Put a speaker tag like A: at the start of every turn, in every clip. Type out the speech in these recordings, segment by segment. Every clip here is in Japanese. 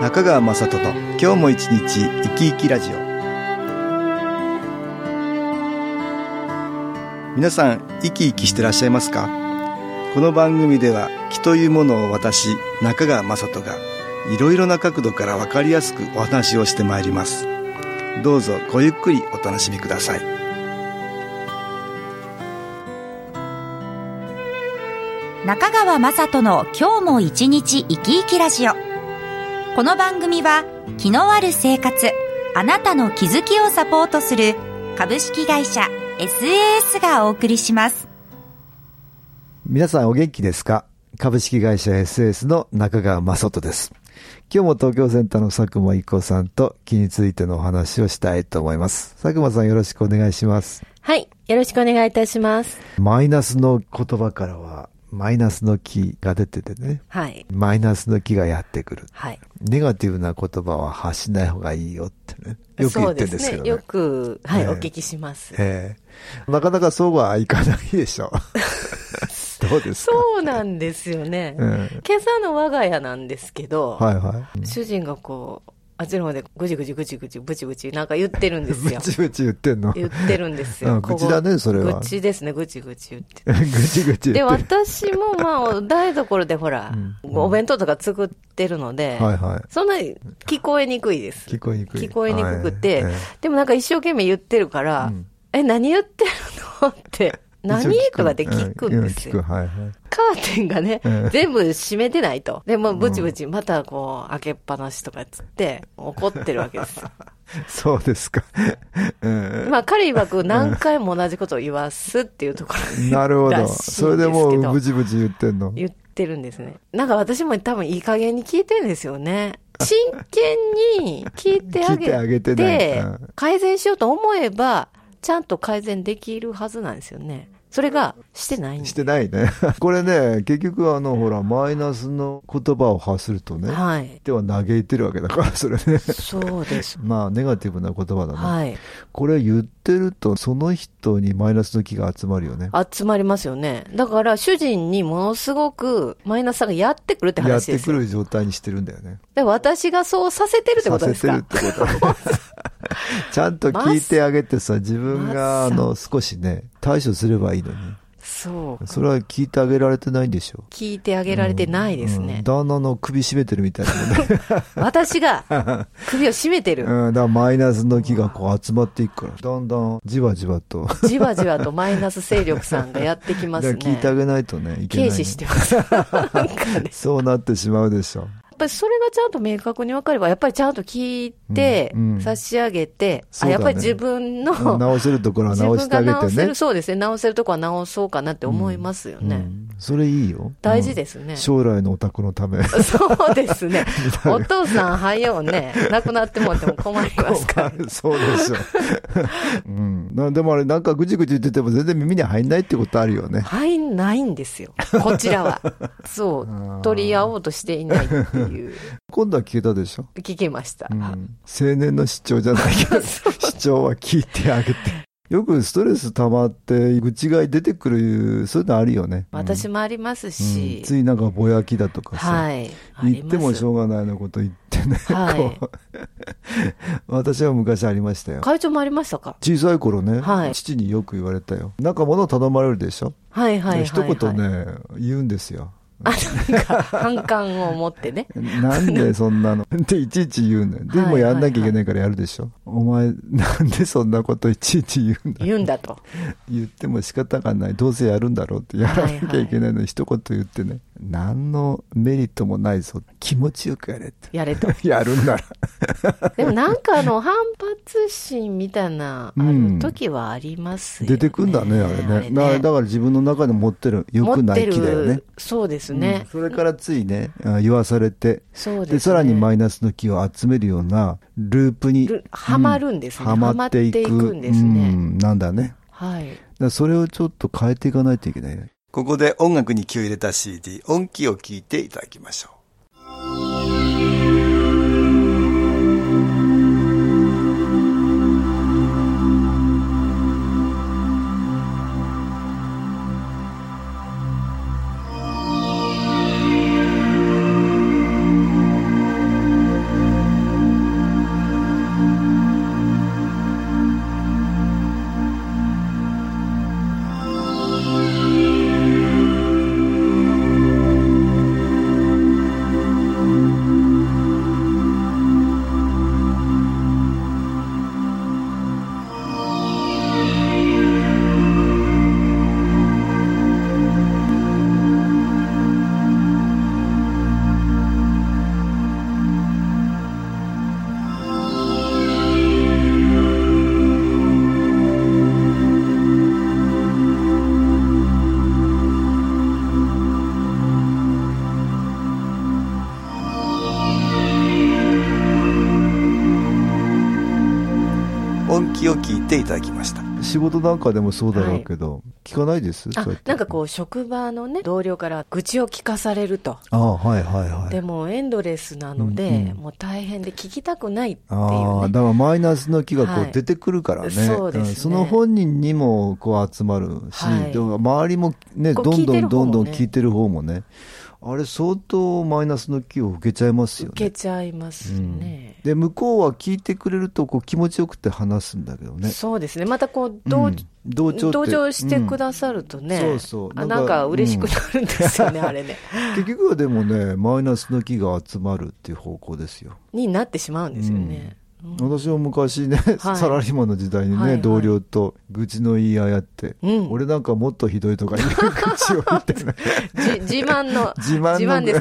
A: 中川雅人と今日も一日生き生きラジオ皆さん生き生きしてらっしゃいますかこの番組では気というものを私中川雅人がいろいろな角度からわかりやすくお話をしてまいりますどうぞごゆっくりお楽しみください
B: 中川雅人の今日も一日生き生きラジオこの番組は気のある生活あなたの気づきをサポートする株式会社 SAS がお送りします
C: 皆さんお元気ですか株式会社 SS の中川雅人です。今日も東京センターの佐久間一子さんと気についてのお話をしたいと思います。佐久間さんよろしくお願いします。
D: はい。よろしくお願いいたします。
C: マイナスの言葉からは、マイナスの気が出ててね、
D: はい。
C: マイナスの気がやってくる。
D: はい。
C: ネガティブな言葉は発しない方がいいよってね。よく言ってるんですけど
D: そう
C: ね。
D: よく、はい、
C: ええ
D: お聞きします。
C: ええなかなかそうはいかないでし ょ。どうですか
D: そうなんですよね。
C: うん
D: 今朝の我が家なんですけど、
C: はいはい。
D: 主人がこう、あっちの方でぐじぐじぐじぐじぶちぶちなんか言ってるんです
C: ブ
D: よ。
C: チブチ言ってんの
D: 言ってるんですよ。
C: うん愚痴だね
D: ここ
C: それは
D: 愚痴ですね、ぐちぐち言って。
C: ぐちぐち
D: で、
C: 言ってる。
D: 私もまあ、台所でほら、
C: うん
D: お弁当とか作ってるので、
C: はいは
D: そんなに聞こえにくいです。
C: い。聞こえにくい。
D: 聞こえにくくて、
C: はいえ
D: でもなんか一生懸命言ってるから、
C: うん
D: え、何言ってる のって、
C: え
D: 何
C: 一応
D: とかって聞くんです
C: うう聞。く、
D: よ
C: はいはい。
D: カーテンがね
C: うん、
D: 全部閉めてないと。で、もうブチブチ、またこう、開けっぱなしとかっつって、怒ってるわけです。
C: そうですか。うん
D: まあ、彼曰く何回も同じことを言わすっていうところ
C: なるほ
D: らしい
C: ど。
D: んですけ
C: それでもう
D: ど
C: ブチブチ言ってんの。
D: 言ってるんですね。なんか私も多分いい加減に聞いてるんですよね。 真剣に聞いてあ
C: 聞いてあげ
D: げ
C: て
D: て、
C: ないうん
D: 改善しようと思えば、ちゃんと改善できるはずなんですよね。それがしてないんで
C: し
D: す。
C: てないね。これね、結局あの、ほら、マイナスの言葉を発するとね、
D: はい。
C: では嘆いてるわけだから、それね。
D: そう です。
C: まあ、ネガティブな言葉だね。
D: はい。
C: これ言ってると、その人にマイナスの気が集まるよね。
D: 集まりますよね。だから、主人にものすごくマイナスさんがやってくるって
C: やっ
D: 話で
C: て
D: す
C: く
D: よ。
C: る状態にしてるんだよね。
D: で私がそうさせてるってことですか
C: させてるってことねちゃんと聞いてあげて さ、自分が、あの、少しね、対処すればいいのに。
D: そう。
C: それは聞いてあげられてないんでしょ。
D: 聞いてあげられてないですね。
C: うん旦那の首絞めてるみたいな もんね。
D: 私が首を絞 めてる。
C: うん、だからマイナスの気がこう集まっていくから、だんだんじわじわと。
D: じわじわとマイナス勢力さんがやってき ま
C: だ
D: す
C: か
D: ね。
C: ら聞いてあげないとね、いけない、
D: 軽視してます。なんかね。やっ
C: そうなってしまうで しょ。
D: ぱりそれがちゃんと明確に分かれば、やっぱりちゃんと聞いて、
C: うんうん
D: 差し上げて、
C: そう
D: あ、
C: だね
D: やっぱり自分の、
C: うん直せるところは
D: 自
C: 直
D: 分
C: してあ
D: が
C: げて
D: 直せ
C: ね
D: る、。そうですね。直せるとこは直そうかなって思いますよね。
C: うんそれいいよ。
D: 大事
C: で
D: ですね。
C: 将来のお宅のため。
D: そうで すね。お父さん、はようね。亡くなってもらっても困りますから。
C: そうで しょ。うん。なでもあれ、なんかぐちぐち言ってても全然耳に入んないってことあるよね。
D: 入んないんですよ。こち らは。そ
C: あー
D: う。取り合おうとしていないっていう。
C: 今度は聞けたでしょ。
D: 聞きました。
C: うん。青年の主張じゃないけ ど、主張は聞いてあげて。よくストレス溜まって、愚痴が出てくる、そういうのあるよね。
D: 私もあります
C: うん
D: し、
C: ついなんかぼやきだとかさ。
D: はい。
C: 言ってもしょ
D: う
C: うがないのこと言ってね。
D: はい
C: こう私は昔ありましたよ。
D: 会長もありましたか
C: 小さい頃ね、
D: はい
C: 父によく言われたよ。なんか物を頼まれるでしょ
D: はいはいはい、はい。
C: 一言。ね、言うんですよ。
D: あ、なんか、反感を持って ね。
C: なんでそんな のっていちいち言うのよ。で
D: はい
C: もやんなきゃいけないからやるでしょ。お前、なんでそんなこといちいち言うんだ
D: 言うんだと。
C: 言っても仕方がない。どうせやるんだろうって。やらなきゃいけないのに一言言ってね。何のメリットもないぞ。気持ちよくやれって。
D: やれと。
C: やるんなら。
D: でもなんかあの、反発心みたいな、あ
C: うん
D: の時はありますよ、ね
C: 出てくんだね、あれね。だからだから自分の中で持ってる良
D: 持
C: く
D: っ
C: な
D: て
C: い気だよね
D: る。。そうです
C: うん
D: ね。
C: それからついね、あ言わされて、
D: そうです、
C: で、
D: ね。
C: さらにマイナスの気を集めるようなループに
D: るはまるんですね。
C: はまっていく。
D: はまっていくんですね。
C: うんなんだね。
D: はい。
C: だからそれをちょっと変えていかないといけないね。
A: ここで音楽に気を入れた CD 音気を聞いていただきましょう
E: 「
A: きを聞いていただきました
C: 仕事なんかでもそうだろうけど、聞かないです
D: あ
C: そうやって
D: なんかこう職場のね同僚から愚痴を聞かされると、
C: ああはいはいはい
D: でもエンドレスなので、
C: うんうん
D: もう大変で聞きたくないっていう
C: ああ、
D: ね
C: だからマイナスの気がこ
D: は
C: う
D: い
C: 出てくるからね。
D: そうですね
C: んその本人にもこう集まるし、
D: はい
C: でも周りもね、ど
D: こうん
C: どんどんどん聞
D: 聞
C: い
D: い
C: てる方もね、あれ相当マイナスの気を受けちゃいますよ
D: 受け
C: ね。
D: ちゃいますね、
C: で、向こうは聞いてくれるとこう気持ちよくて話すんだけどね。
D: そうですねまたこう
C: う
D: 同,、
C: ん同調って
D: 同情してくださるとね、
C: うんそうそう
D: あ
C: な
D: なんん
C: か
D: か嬉しくなるんですよね、あ れね
C: 結局はでもね、マイナスの気が集まるっていう方向ですよ。
D: になってしまうんですよね、
C: 私も昔ね、
D: はい
C: サラリーマンの時代にね、
D: はいはい
C: 同僚と愚痴の言い合いあって、
D: うん
C: 俺なんかもっとひどいとか言う 口を言ってね
D: じ自慢の
C: 自慢の
D: です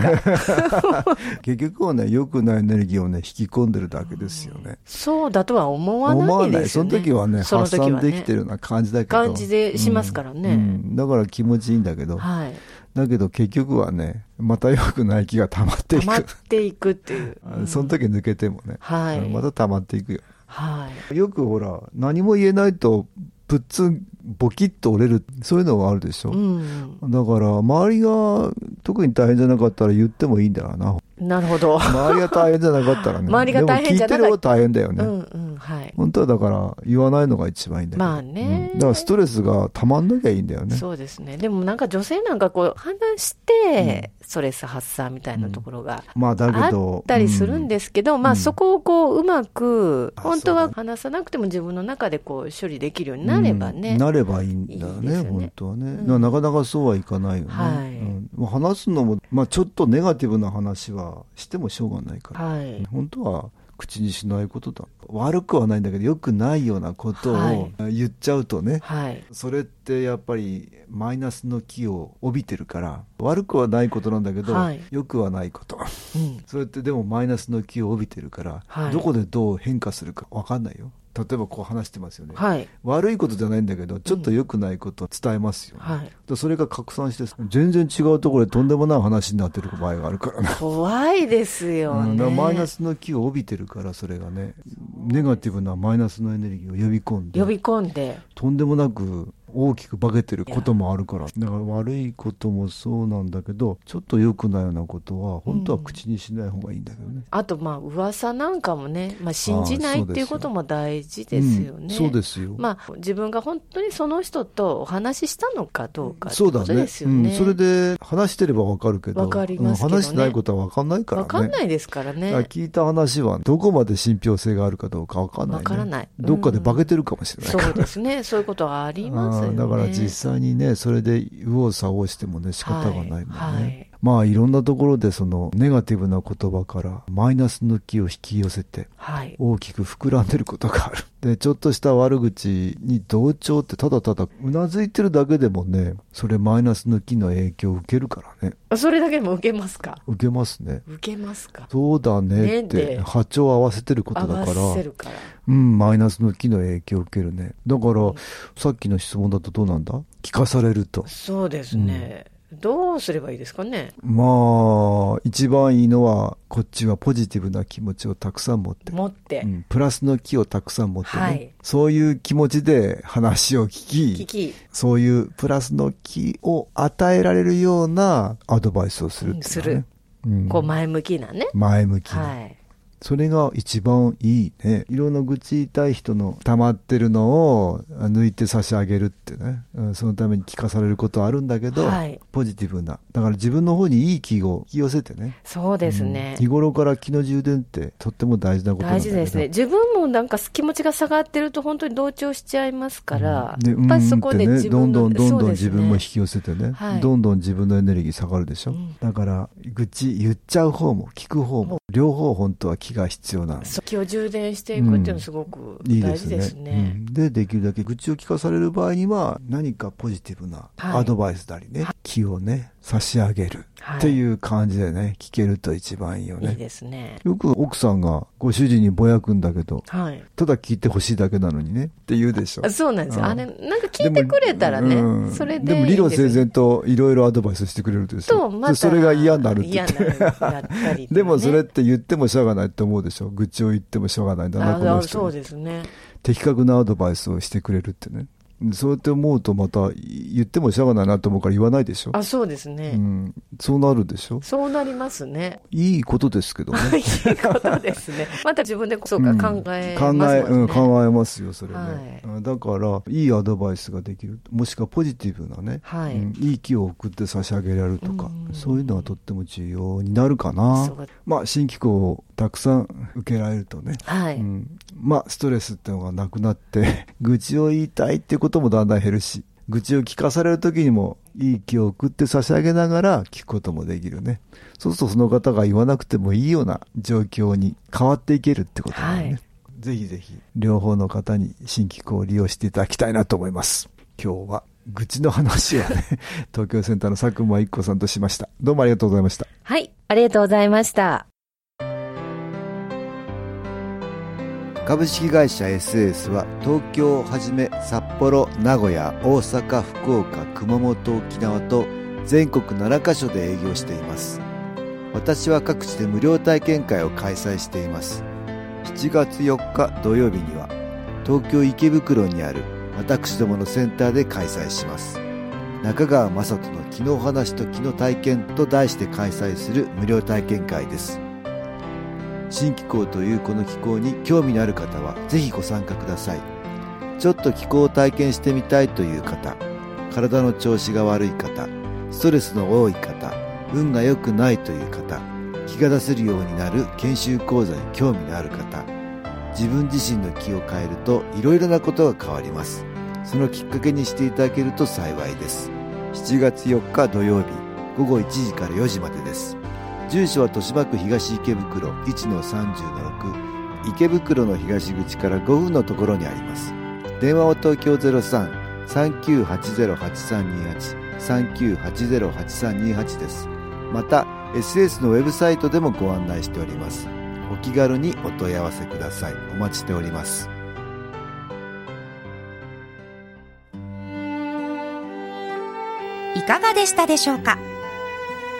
D: か
C: 結局はね良くないエネルギーをね引き込んでるだけですよね。
D: そうだとは思わ
C: 思わ
D: ない
C: な
D: で
C: い
D: す
C: そ
D: よ
C: の
D: ね
C: 時はね
D: その
C: 発
D: 時は
C: 散
D: ね
C: できてるような感じだけど
D: 感じでしますからね
C: うんだから気持ちいいんだけど、
D: はい
C: だけど結局はねまた良くない気が溜まってい
D: 溜 まっ
C: く。
D: ていくっ ていう
C: その時抜けてもね、
D: はい
C: また溜まっていくよ。
D: はい
C: よくほら何も言えないとプッツンボキッと折れるそういうのがあるでしょ。
D: うん、
C: だから周りが特に大変じゃなかったら言ってもいいんだろう な
D: なるほど。
C: 周りが大変じゃなかったらね
D: 周りが大変じゃなかった
C: でも聞いてる方大変だよ
D: う
C: ね、
D: んうん、はい。
C: 本当はだから言わないのが一番いいんだけど、
D: まあね、
C: うんだからストレスがたまんなきゃいいんだよね
D: そうですね。でもなんか女性なんかこう話して、ストレス発散みたいなところが。
C: まあだ
D: あ
C: け
D: っ
C: ど
D: たりするん
C: で、
D: ですけど、
C: う
D: まあ
C: ん
D: そこをこううまく、
C: あ
D: 本当
C: そう
D: は
C: だ
D: 話さなくても自分の中でこう処理できるよう
C: う
D: に
C: ん
D: なればね。
C: なればいいんだよね
D: いいですよね
C: 本当はね、だ
D: ん
C: からなかなかそうはいかないよね、
D: はい
C: うんまあ話すのも、まあ、ちょっとネガティブな話はしてもしょうがないから、
D: はい。
C: 本当は口にしないことだ悪くはないんだけどよくないようなことを言っちゃうとね、
D: はい。
C: それってやっぱりマイナスの気を帯びてるから悪くはないことなんだけど、
D: はい
C: 良くはないこと
D: うん。
C: それってでもマイナスの気を帯びてるから、
D: はい
C: どこでどう変化するか分かんないよ例えばこう話してますよね、
D: はい。
C: 悪いことじゃないんだけどちょっと良くないことを伝えますよ、
D: はい。
C: でそれが拡散して全然違うところでとんでもない話になってる場合があるからね
D: 怖いですよ
C: うん
D: ね。
C: だからマイナスの気を帯びてるからそれがねネガティブなマイナスのエネルギーを呼び込んで
D: 呼び込んで。
C: とんでもなく大きく化けてることもあるからだから悪いこともそうなんだけどちょっと良くないようなことは本当は口にしない方がいいんだけどね、
D: あとまあ噂なんかもね、まあ信じな
C: あ
D: い
C: あそ
D: っ
C: うですよ
D: ていうことも大事ですよ
C: う
D: ね。
C: んそうですよ、
D: まあ、自分が本当にその人とお話ししたのかどうかって
C: そう
D: こ
C: だ
D: と
C: ね
D: ですよね。
C: うん、それで話してればわかるけど
D: わかりますけどね
C: うん話してないことはわかんないからね
D: わかんないですか
C: だ
D: ら
C: から
D: ね。
C: 聞いた話はどこまで信憑性があるかどうかわかんない、ね、
D: わからない
C: どっかで化けてるかもしれない
D: そうで すね。そういうことはありますよ
C: あー
D: ね。
C: だから実際にね、それで右往左往してもね、仕方がないもんね。
D: はいはい
C: まあ、いろんなところで、その、ネガティブな言葉から、マイナスの気を引き寄せて、
D: はい。
C: 大きく膨らんでることがある。で、ちょっとした悪口に同調って、ただただ、うなずいてるだけでもね、それマイナスの気の影響を受けるからね。
D: それだけでも受けますか
C: 受けますね。
D: 受けますか
C: そうだねっ
D: ね
C: て、
D: で
C: 波長を合わせてること
D: 合
C: だ
D: わ
C: から。
D: せるから。
C: うん、マイナスの気の影響を受けるね。だから、さっきの質問だとどうなんだ聞かされると。
D: そうですね。どうすればいいですかね。
C: まあ、一番いいのは、こっちはポジティブな気持ちをたくさん持って。
D: 持って
C: う、ん、プラスの気をたくさん持ってね、
D: はい
C: そういう気持ちで話を聞き
D: 聞き、
C: そういうプラスの気を与えられるようなアドバイスをするっていうのはね、うん
D: こう前向きなね。
C: 前向きに、
D: はい。
C: それが一番いいね。いろんな愚痴言いたい人の溜まってるのをあ抜いて差し上げるってね。うんそのために聞かされることはあるんだけど、
D: はい
C: ポジティブな。だから自分の方にいい気を引き寄せてね。
D: そうですね。
C: 日頃から気の充電ってとっても大事なことなんだ
D: 大
C: けど
D: 事ですね。自分もなんか気持ちが下がってると本当に同調しちゃいますから、
C: で
D: やっぱりそこで
C: うーんっ
D: 自
C: てね、ど
D: 分
C: んどんど
D: の、
C: んど
D: そ
C: ん
D: うです
C: 自
D: ね
C: 分も引き寄せてね、
D: はい
C: どんどん自分のエネルギー下がるでしょ、だから愚痴言っちゃう方も聞く方も両方本当は気が必要なんで
D: そう気を充電していくっていうのはすごく
C: いいで
D: 大
C: す
D: 事
C: ね。
D: ですね。
C: うんで、できるだけ愚痴を聞かされる場合には、何かポジティブな
D: はい
C: アドバイスなりね、気をね、差し上げる
D: はい
C: っていう感じでね、聞けると一番いいよ
D: いい
C: ね。
D: ですね。
C: よく奥さんがご主人にぼやくんだけど、
D: はい。
C: ただ聞いてほしいだけなのにねって言うでしょ
D: あ。そうなんですよ。
C: うん
D: あれ、なんか聞いてくれたらね、
C: でもうん
D: それ
C: で
D: で
C: も
D: いい
C: 理論
D: ですよ
C: 整然といろいろアドバイスしてくれるでしょ。
D: と、また。
C: それが嫌になるって言
D: 嫌
C: っ
D: に
C: て。
D: なる やったりとかね、
C: でもそれって言ってもしょうがないって思うでしょ。愚痴を言ってもしょうがないんだな、こ
D: あ
C: の
D: あそ
C: 人
D: う。ですね。
C: 的確なアドバイスをしてくれるってね。そうやって思うとまた言ってもしょうがないなと思うから言わないでしょ。
D: あ、そうですね。
C: うん、そうなるでしょ
D: そうなりますね。
C: いいことですけどね。
D: い いことですね。また自分で、そうか、考えますもん
C: 考え、
D: ね。
C: うん、考えますよ、それね。
D: はい
C: うんだから、いいアドバイスができる。もしくはポジティブなね、
D: はい
C: うんいい気を送って差し上げられるとか、
D: うん
C: そういうのはとっても重要になるかな
D: そうか。
C: まあ、新機構をたくさん受けられるとね。
D: はい。
C: うん、まあストレスってのがなくなって 愚痴を言いたいってこともだんだん減るし愚痴を聞かされる時にもいい気を送って差し上げながら聞くこともできるねそうするとその方が言わなくてもいいような状況に変わっていけるってことだよね、
D: はい
C: ぜひぜひ両方の方に新機構を利用していただきたいなと思います今日は愚痴の話をね 東京センターの佐久間一子さんとしましたどうもありがとうございました
D: はい。ありがとうございました。
A: 株式会社 SS は東京をはじめ札幌名古屋大阪福岡熊本沖縄と全国7カ所で営業しています私は各地で無料体験会を開催しています7月4日土曜日には東京池袋にある私どものセンターで開催します中川雅人の「気の話と気の体験」と題して開催する無料体験会です新機構というこの機構に興味のある方はぜひご参加くださいちょっと気候を体験してみたいという方体の調子が悪い方ストレスの多い方運が良くないという方気が出せるようになる研修講座に興味のある方自分自身の気を変えるといろいろなことが変わりますそのきっかけにしていただけると幸いです7月4日土曜日午後1時から4時までです住所は豊島区東池袋1-30-6池袋の東口から5分のところにあります電話は東京03-3980-8328 3980-8328ですまた SS のウェブサイトでもご案内しておりますお気軽にお問い合わせくださいお待ちしております
B: いかがでしたでしょうか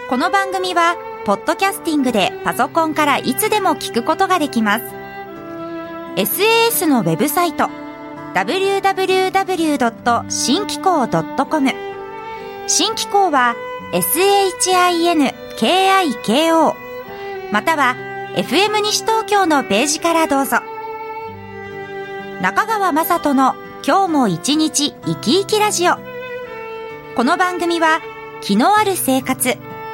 B: この番組は、ポッドキャスティングでパソコンからいつでも聞くことができます。SAS のウェブサイト、www.新機構 .com。新機構は、SHINKIKO、または、FM 西東京のページからどうぞ。中川雅人の今日も一日生き生きラジオ。この番組は気のある生活